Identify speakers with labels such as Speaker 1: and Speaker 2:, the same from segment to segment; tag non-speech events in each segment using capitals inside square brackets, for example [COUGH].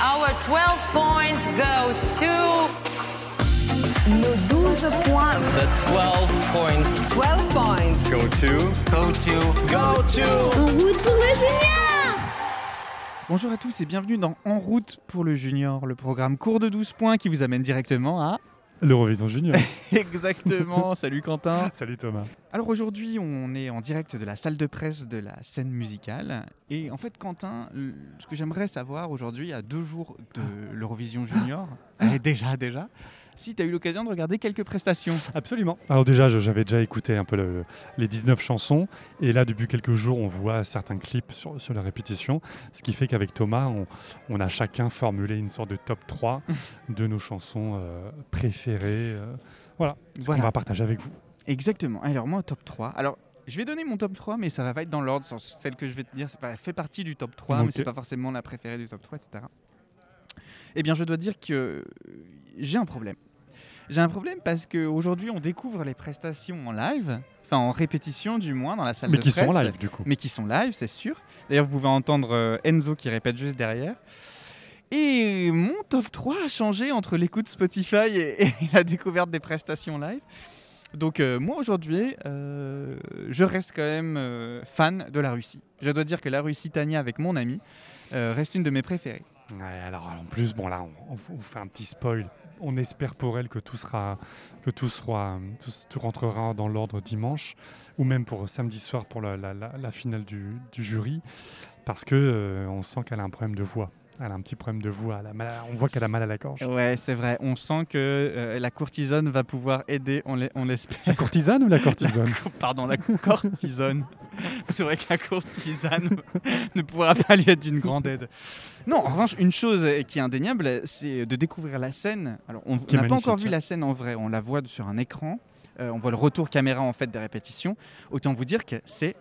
Speaker 1: Our 12 points go to.
Speaker 2: Nos 12 points.
Speaker 3: The 12 points
Speaker 2: 12 points.
Speaker 4: Go to.
Speaker 3: go to.
Speaker 4: Go to.
Speaker 5: En route pour le junior
Speaker 6: Bonjour à tous et bienvenue dans En route pour le junior, le programme cours de 12 points qui vous amène directement à...
Speaker 7: L'Eurovision Junior.
Speaker 6: [LAUGHS] Exactement, salut Quentin
Speaker 7: Salut Thomas.
Speaker 6: Alors aujourd'hui, on est en direct de la salle de presse de la scène musicale. Et en fait, Quentin, l- ce que j'aimerais savoir aujourd'hui, à deux jours de l'Eurovision Junior, eh, [LAUGHS] déjà, déjà, si tu as eu l'occasion de regarder quelques prestations.
Speaker 7: Absolument. Alors déjà, je- j'avais déjà écouté un peu le- les 19 chansons. Et là, depuis quelques jours, on voit certains clips sur, sur la répétition. Ce qui fait qu'avec Thomas, on, on a chacun formulé une sorte de top
Speaker 6: [LAUGHS]
Speaker 7: 3 de nos chansons euh, préférées. euh, On
Speaker 6: Voilà,
Speaker 7: va partager avec vous.
Speaker 6: exactement. Alors moi, top 3. Alors, je vais donner mon top 3, mais ça va pas être dans l'ordre. sans- Celle que je vais te dire, c'est pas- elle fait partie du top 3, mais
Speaker 7: Ok.
Speaker 6: c'est pas forcément la préférée du top 3, etc. Eh bien, je dois dire que euh, j'ai un problème. J'ai un problème parce qu'aujourd'hui, on découvre les prestations en live, enfin en répétition du moins, dans la salle
Speaker 7: Mais
Speaker 6: de
Speaker 7: qui sont en
Speaker 6: presse.
Speaker 7: live, du coup.
Speaker 6: mais qui sont live, c'est sûr. D'ailleurs, vous pouvez entendre euh, Enzo qui répète juste derrière. Et mon top 3 a changé entre l'écoute Spotify et, [LAUGHS] et la découverte des prestations live. Donc euh, moi aujourd'hui, euh, je reste quand même euh, fan de la Russie. Je dois dire que la Russie Tania avec mon ami euh, reste une de mes préférées.
Speaker 7: Ouais, alors en plus, bon là, on, on vous fait un petit spoil. On espère pour elle que tout sera, que tout sera, tout, tout rentrera dans l'ordre dimanche, ou même pour samedi soir pour la, la- la- la finale du, du jury, parce que euh, on sent qu'elle a un problème de voix. Elle a un petit problème de voix. Elle a mal- on voit qu'elle a mal à la gorge.
Speaker 6: Ouais, c'est vrai. On sent que euh, la courtisane va pouvoir aider, on l'es- on l'espère.
Speaker 7: La courtisane ou la courtisane
Speaker 6: Pardon, la [LAUGHS] cortisone. C'est vrai que la courtisane ne pourra pas lui être d'une grande aide. Non, en revanche, une chose euh, qui est indéniable, c'est de découvrir la scène. Alors, on on
Speaker 7: est
Speaker 6: n'a pas
Speaker 7: magnifique,
Speaker 6: encore vu
Speaker 7: hein.
Speaker 6: la scène en vrai, on la voit sur un écran, Euh, on voit le retour caméra en fait des répétitions. Autant vous dire que c'est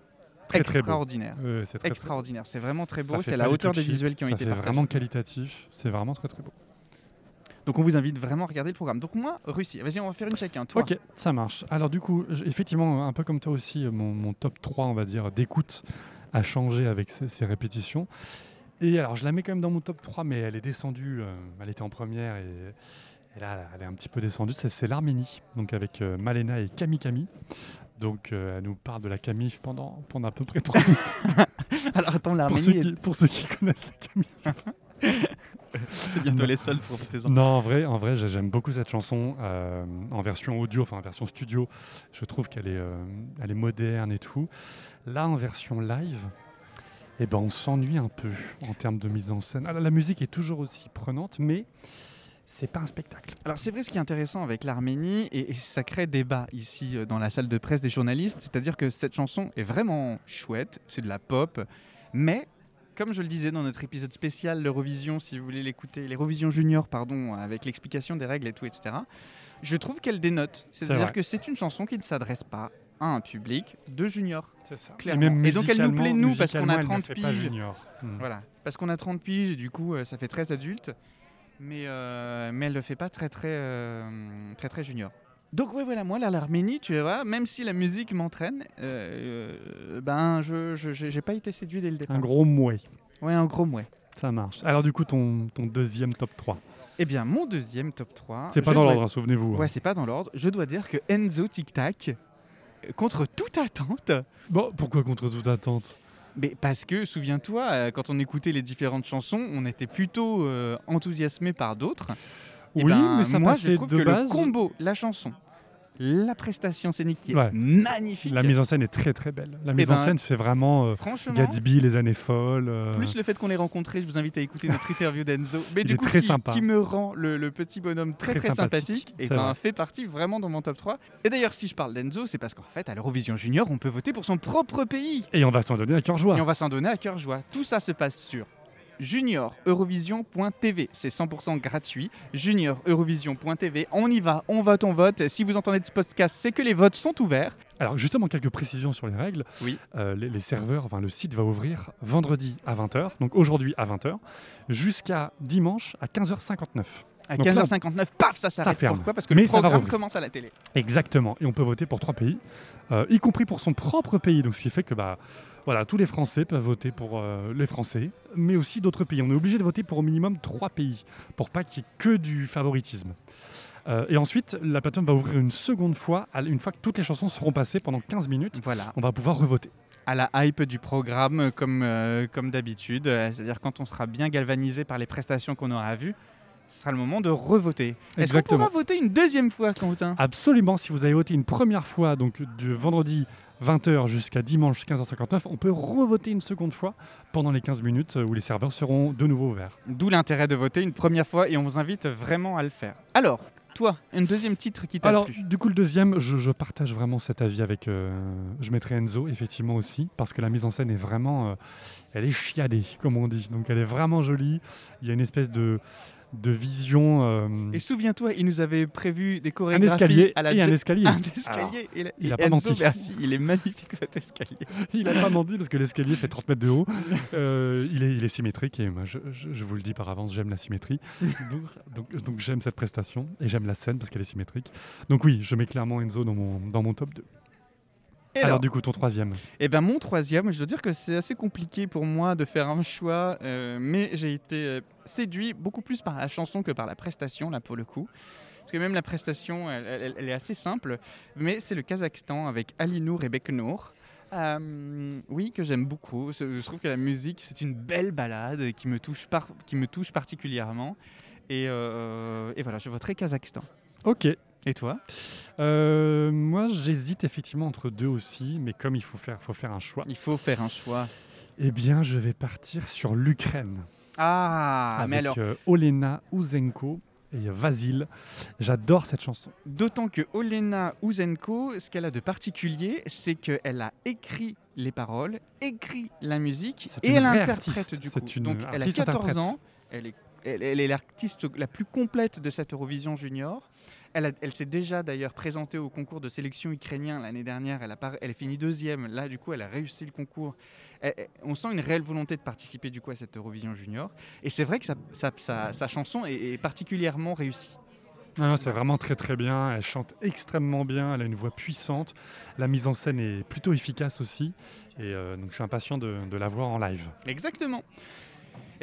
Speaker 7: Très, très beau.
Speaker 6: extraordinaire.
Speaker 7: Euh, C'est très, très-
Speaker 6: Extraordinaire, c'est vraiment très
Speaker 7: ça
Speaker 6: beau,
Speaker 7: fait
Speaker 6: c'est
Speaker 7: pas
Speaker 6: la
Speaker 7: du
Speaker 6: hauteur
Speaker 7: tout
Speaker 6: des
Speaker 7: cheap,
Speaker 6: visuels qui ont
Speaker 7: ça
Speaker 6: été
Speaker 7: fait
Speaker 6: partagés.
Speaker 7: vraiment qualitatif. C'est vraiment très très beau.
Speaker 6: Donc on vous invite vraiment à regarder le programme. Donc moi, Russie, vas-y, on va faire une chacun. Toi,
Speaker 7: Ok, ça marche. Alors du coup, j- effectivement, un peu comme toi aussi, mon, mon top 3, on va dire, d'écoute a changé avec ces, ces répétitions. Et alors, je la mets quand même dans mon top 3, mais elle est descendue, euh, elle était en première et, et là, elle est un petit peu descendue. C'est, c'est l'Arménie, donc avec euh, Malena et Kamikami. Donc, euh, elle nous parle de la Camif pendant, pendant à peu près 3 minutes.
Speaker 6: [LAUGHS] alors attends,
Speaker 7: pour, ceux
Speaker 6: l'Arménie, est-
Speaker 7: qui, pour ceux qui connaissent la Camif.
Speaker 6: [LAUGHS] c'est bientôt les seuls, profitez-en.
Speaker 7: Non, en vrai, en vrai j'ai- j'aime beaucoup cette chanson euh, en version audio, enfin en version studio. Je trouve qu'elle est, euh, elle est moderne et tout. Là, en version live, eh ben, on s'ennuie un peu en termes de mise en scène. Alors, la musique est toujours aussi prenante, mais c'est pas un spectacle.
Speaker 6: Alors c'est vrai ce qui est intéressant avec l'Arménie, et, et ça crée débat ici euh, dans la salle de presse des journalistes, c'est-à-dire que cette chanson est vraiment chouette, c'est de la pop, mais comme je le disais dans notre épisode spécial l'Eurovision, si vous voulez l'écouter, l'Eurovision Junior, pardon, avec l'explication des règles et tout, etc., je trouve qu'elle dénote, c'est-à-dire
Speaker 7: vrai.
Speaker 6: que c'est une chanson qui ne s'adresse pas à un public de junior.
Speaker 7: C'est ça.
Speaker 6: Clairement. Et donc, elle nous plaît, nous, parce qu'on a 30
Speaker 7: Pas
Speaker 6: piges.
Speaker 7: junior. Mm.
Speaker 6: Voilà, parce qu'on a 30 piges et du coup euh, ça fait 13 adultes, mais, euh, mais elle le fait pas très très, euh, très, très junior. Donc ouais voilà, moi là l'Arménie, tu vois, même si la musique m'entraîne, euh, euh, ben je je- j'ai j'ai pas été séduit dès le départ.
Speaker 7: Un gros mouet.
Speaker 6: Ouais, un gros mouais.
Speaker 7: Ça marche. Alors, du coup, ton, ton deuxième top 3.
Speaker 6: Eh bien mon deuxième top 3...
Speaker 7: C'est pas
Speaker 6: Ah, je
Speaker 7: dans
Speaker 6: dois-
Speaker 7: l'ordre, hein, souvenez-vous. hein.
Speaker 6: Ouais, c'est pas dans l'ordre. Je dois dire que Enzo Tic Tac, euh, contre toute attente,
Speaker 7: Bon, pourquoi contre toute attente
Speaker 6: Mais parce que, souviens-toi, euh, quand on écoutait les différentes chansons, on était plutôt euh, enthousiasmé par d'autres. Eh
Speaker 7: Oui,
Speaker 6: ben,
Speaker 7: mais ça
Speaker 6: moi, je
Speaker 7: passait
Speaker 6: trouve
Speaker 7: de
Speaker 6: que
Speaker 7: base-
Speaker 6: le combo, la chanson, la prestation scénique qui est
Speaker 7: Ouais.
Speaker 6: magnifique.
Speaker 7: La mise en scène est très très belle. La mise en
Speaker 6: ben,
Speaker 7: scène fait vraiment euh,
Speaker 6: Franchement,
Speaker 7: Gatsby, les années folles. euh,
Speaker 6: plus le fait qu'on ait rencontré, je vous invite à écouter notre interview d'Enzo. Mais
Speaker 7: Il
Speaker 6: du
Speaker 7: est
Speaker 6: coup,
Speaker 7: très
Speaker 6: qui,
Speaker 7: sympa.
Speaker 6: qui me rend le, le petit bonhomme très très,
Speaker 7: Très
Speaker 6: sympathique,
Speaker 7: sympathique,
Speaker 6: et
Speaker 7: c'est
Speaker 6: ben,
Speaker 7: vrai.
Speaker 6: fait partie vraiment dans mon top 3. Et d'ailleurs, si je parle d'Enzo, c'est parce qu'en fait, à l'Eurovision Junior, on peut voter pour son propre pays.
Speaker 7: Et on va s'en donner à cœur joie.
Speaker 6: Et on va s'en donner à cœur joie. Tout ça se passe sur junior-eurovision.tv. C'est 100% gratuit. Junior-eurovision.tv. On y va, on vote, on vote. Si vous entendez de ce podcast, c'est que les votes sont ouverts.
Speaker 7: Alors justement, quelques précisions sur les règles.
Speaker 6: Oui.
Speaker 7: Euh, les, les serveurs, enfin le site va ouvrir vendredi à 20h, donc aujourd'hui à 20h, jusqu'à dimanche à 15h59.
Speaker 6: À
Speaker 7: Donc là,
Speaker 6: 15h59, paf, ça s'arrête.
Speaker 7: ferme.
Speaker 6: Pourquoi Parce que
Speaker 7: Mais
Speaker 6: le
Speaker 7: ça va
Speaker 6: programme
Speaker 7: rouvrir.
Speaker 6: commence à la télé.
Speaker 7: Exactement. Et on peut voter pour trois pays, euh, y compris pour son propre pays. Donc, ce qui fait que bah, voilà, tous les Français peuvent voter pour euh, les Français, mais aussi d'autres pays. On est obligé de voter pour au minimum trois pays, pour pas qu'il y ait que du favoritisme. Euh, et ensuite, la plateforme va ouvrir une seconde fois, à l- une fois que toutes les chansons seront passées pendant 15 minutes,
Speaker 6: Voilà,
Speaker 7: on va pouvoir revoter.
Speaker 6: à la hype du programme euh, comme, euh, comme d'habitude. Euh, C'est-à-dire quand on sera bien galvanisé par les prestations qu'on aura vues, ce sera le moment de revoter. Est-ce qu'on
Speaker 7: Exactement.
Speaker 6: pourra voter une deuxième fois, Quentin
Speaker 7: Absolument, si vous avez voté une première fois, donc du vendredi 20h jusqu'à dimanche 15h59, on peut revoter une seconde fois pendant les 15 minutes euh, où les serveurs seront de nouveau ouverts.
Speaker 6: D'où l'intérêt de voter une première fois et on vous invite vraiment à le faire. Alors, toi, un deuxième titre qui t'a
Speaker 7: Alors,
Speaker 6: plu
Speaker 7: du coup, le deuxième, je, je partage vraiment cet avis avec. euh, je mettrai Enzo, effectivement, aussi, parce que la mise en scène est vraiment. euh, elle est chiadée, comme on dit. Donc, elle est vraiment jolie. Il y a une espèce de, de vision. euh,
Speaker 6: Et souviens-toi, il nous avait prévu des
Speaker 7: un
Speaker 6: chorégraphies
Speaker 7: escalier
Speaker 6: à la
Speaker 7: et un
Speaker 6: Jo- [LAUGHS]
Speaker 7: escalier.
Speaker 6: un escalier. et la-
Speaker 7: il
Speaker 6: et
Speaker 7: a pas
Speaker 6: Enzo
Speaker 7: menti.
Speaker 6: Bercy, il est magnifique [LAUGHS] cet escalier.
Speaker 7: bah, Il n'a pas menti parce que l'escalier fait 30 mètres de [LAUGHS] haut. Euh, il, est, il est symétrique et moi, je, je- je vous le dis par avance, j'aime la symétrie. Donc, donc, donc j'aime cette prestation et j'aime la scène parce qu'elle est symétrique. Donc oui, je mets clairement Enzo dans mon, dans mon top 2.
Speaker 6: Et
Speaker 7: Alors,
Speaker 6: alors,
Speaker 7: du coup, ton troisième.
Speaker 6: Eh ben mon troisième, je dois dire que c'est assez compliqué pour moi de faire un choix, euh, mais j'ai été euh, séduit beaucoup plus par la chanson que par la prestation, là pour le coup. Parce que même la prestation, elle, elle- elle est assez simple, mais c'est le Kazakhstan avec Ali Nour et Beknour. Euh, oui, que j'aime beaucoup. Je je trouve que la musique, c'est une belle balade qui me touche, par- qui me touche particulièrement. Et, euh, et voilà, je voterai Kazakhstan.
Speaker 7: Ok,
Speaker 6: Et toi
Speaker 7: Euh, moi, j'hésite effectivement entre deux aussi, mais comme il faut faire, faut faire un choix,
Speaker 6: Il faut faire un choix.
Speaker 7: eh bien, je vais partir sur l'Ukraine
Speaker 6: Ah, mais alors,
Speaker 7: avec euh, Olena Uzenko et Vasil. J'adore cette chanson.
Speaker 6: D'autant que Olena Uzenko, ce qu'elle a de particulier, c'est qu'elle a écrit les paroles, écrit la musique
Speaker 7: C'est
Speaker 6: et
Speaker 7: une
Speaker 6: elle
Speaker 7: vraie
Speaker 6: interprète
Speaker 7: artiste.
Speaker 6: du coup.
Speaker 7: C'est une
Speaker 6: Donc elle a
Speaker 7: artiste
Speaker 6: 14
Speaker 7: interprète.
Speaker 6: ans, elle est, elle, elle est l'artiste la plus complète de cette Eurovision junior. Elle, a- elle s'est déjà d'ailleurs présentée au concours de sélection ukrainien l'année dernière. Elle a, par- elle est finie deuxième. Là, du coup, elle a réussi le concours. Elle- elle- on sent une réelle volonté de participer du coup à cette Eurovision junior. Et c'est vrai que sa, sa- sa- sa chanson est- est particulièrement réussie.
Speaker 7: Ah, Non, non, c'est vraiment très très bien. Elle chante extrêmement bien. Elle a une voix puissante. La mise en scène est plutôt efficace aussi. Et euh, donc, je suis impatient de, de la voir en live.
Speaker 6: Exactement.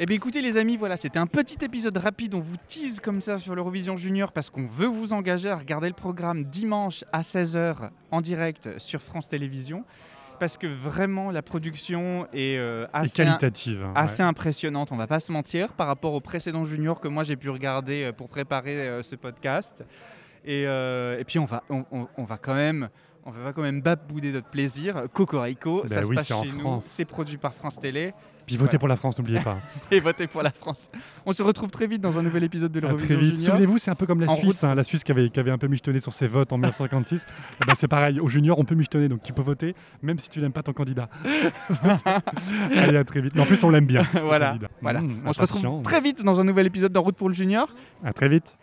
Speaker 6: Eh bien écoutez les amis, voilà, c'était un petit épisode rapide, on vous tease comme ça sur l'Eurovision Junior parce qu'on veut vous engager à regarder le programme dimanche à 16h en direct sur France Télévisions parce que vraiment la production est euh,
Speaker 7: Et
Speaker 6: assez,
Speaker 7: qualitative. hein,
Speaker 6: assez
Speaker 7: ouais.
Speaker 6: impressionnante, on va pas se mentir, par rapport aux précédents juniors que moi j'ai pu regarder euh, pour préparer euh, ce podcast. Et, euh, et puis on va, on, on- on va quand même... On va quand même babouder notre plaisir. Cocorico,
Speaker 7: Ben
Speaker 6: ça
Speaker 7: oui,
Speaker 6: se passe
Speaker 7: c'est en
Speaker 6: chez nous,
Speaker 7: France.
Speaker 6: c'est produit par France Télé
Speaker 7: Puis votez
Speaker 6: Ouais.
Speaker 7: pour la France, n'oubliez pas. hein.
Speaker 6: et votez pour la France. On se retrouve très vite dans un nouvel épisode de
Speaker 7: À très
Speaker 6: l'Eurovision
Speaker 7: vite.
Speaker 6: Junior.
Speaker 7: Souvenez-vous, c'est un peu comme la
Speaker 6: En
Speaker 7: Suisse, hein, la Suisse qui avait, qui avait un peu michetonné sur ses votes
Speaker 6: [LAUGHS]
Speaker 7: en 1956. Eh ben, c'est pareil, aux juniors, on peut michetonner, donc tu peux voter, même si tu n'aimes pas ton candidat.
Speaker 6: [LAUGHS]
Speaker 7: Allez, à très vite. Mais en plus, on l'aime bien. ce
Speaker 6: voilà.
Speaker 7: candidat.
Speaker 6: voilà.
Speaker 7: Mmh,
Speaker 6: on se retrouve
Speaker 7: impatient.
Speaker 6: très vite dans un nouvel épisode d'En route pour le Junior.
Speaker 7: À très vite.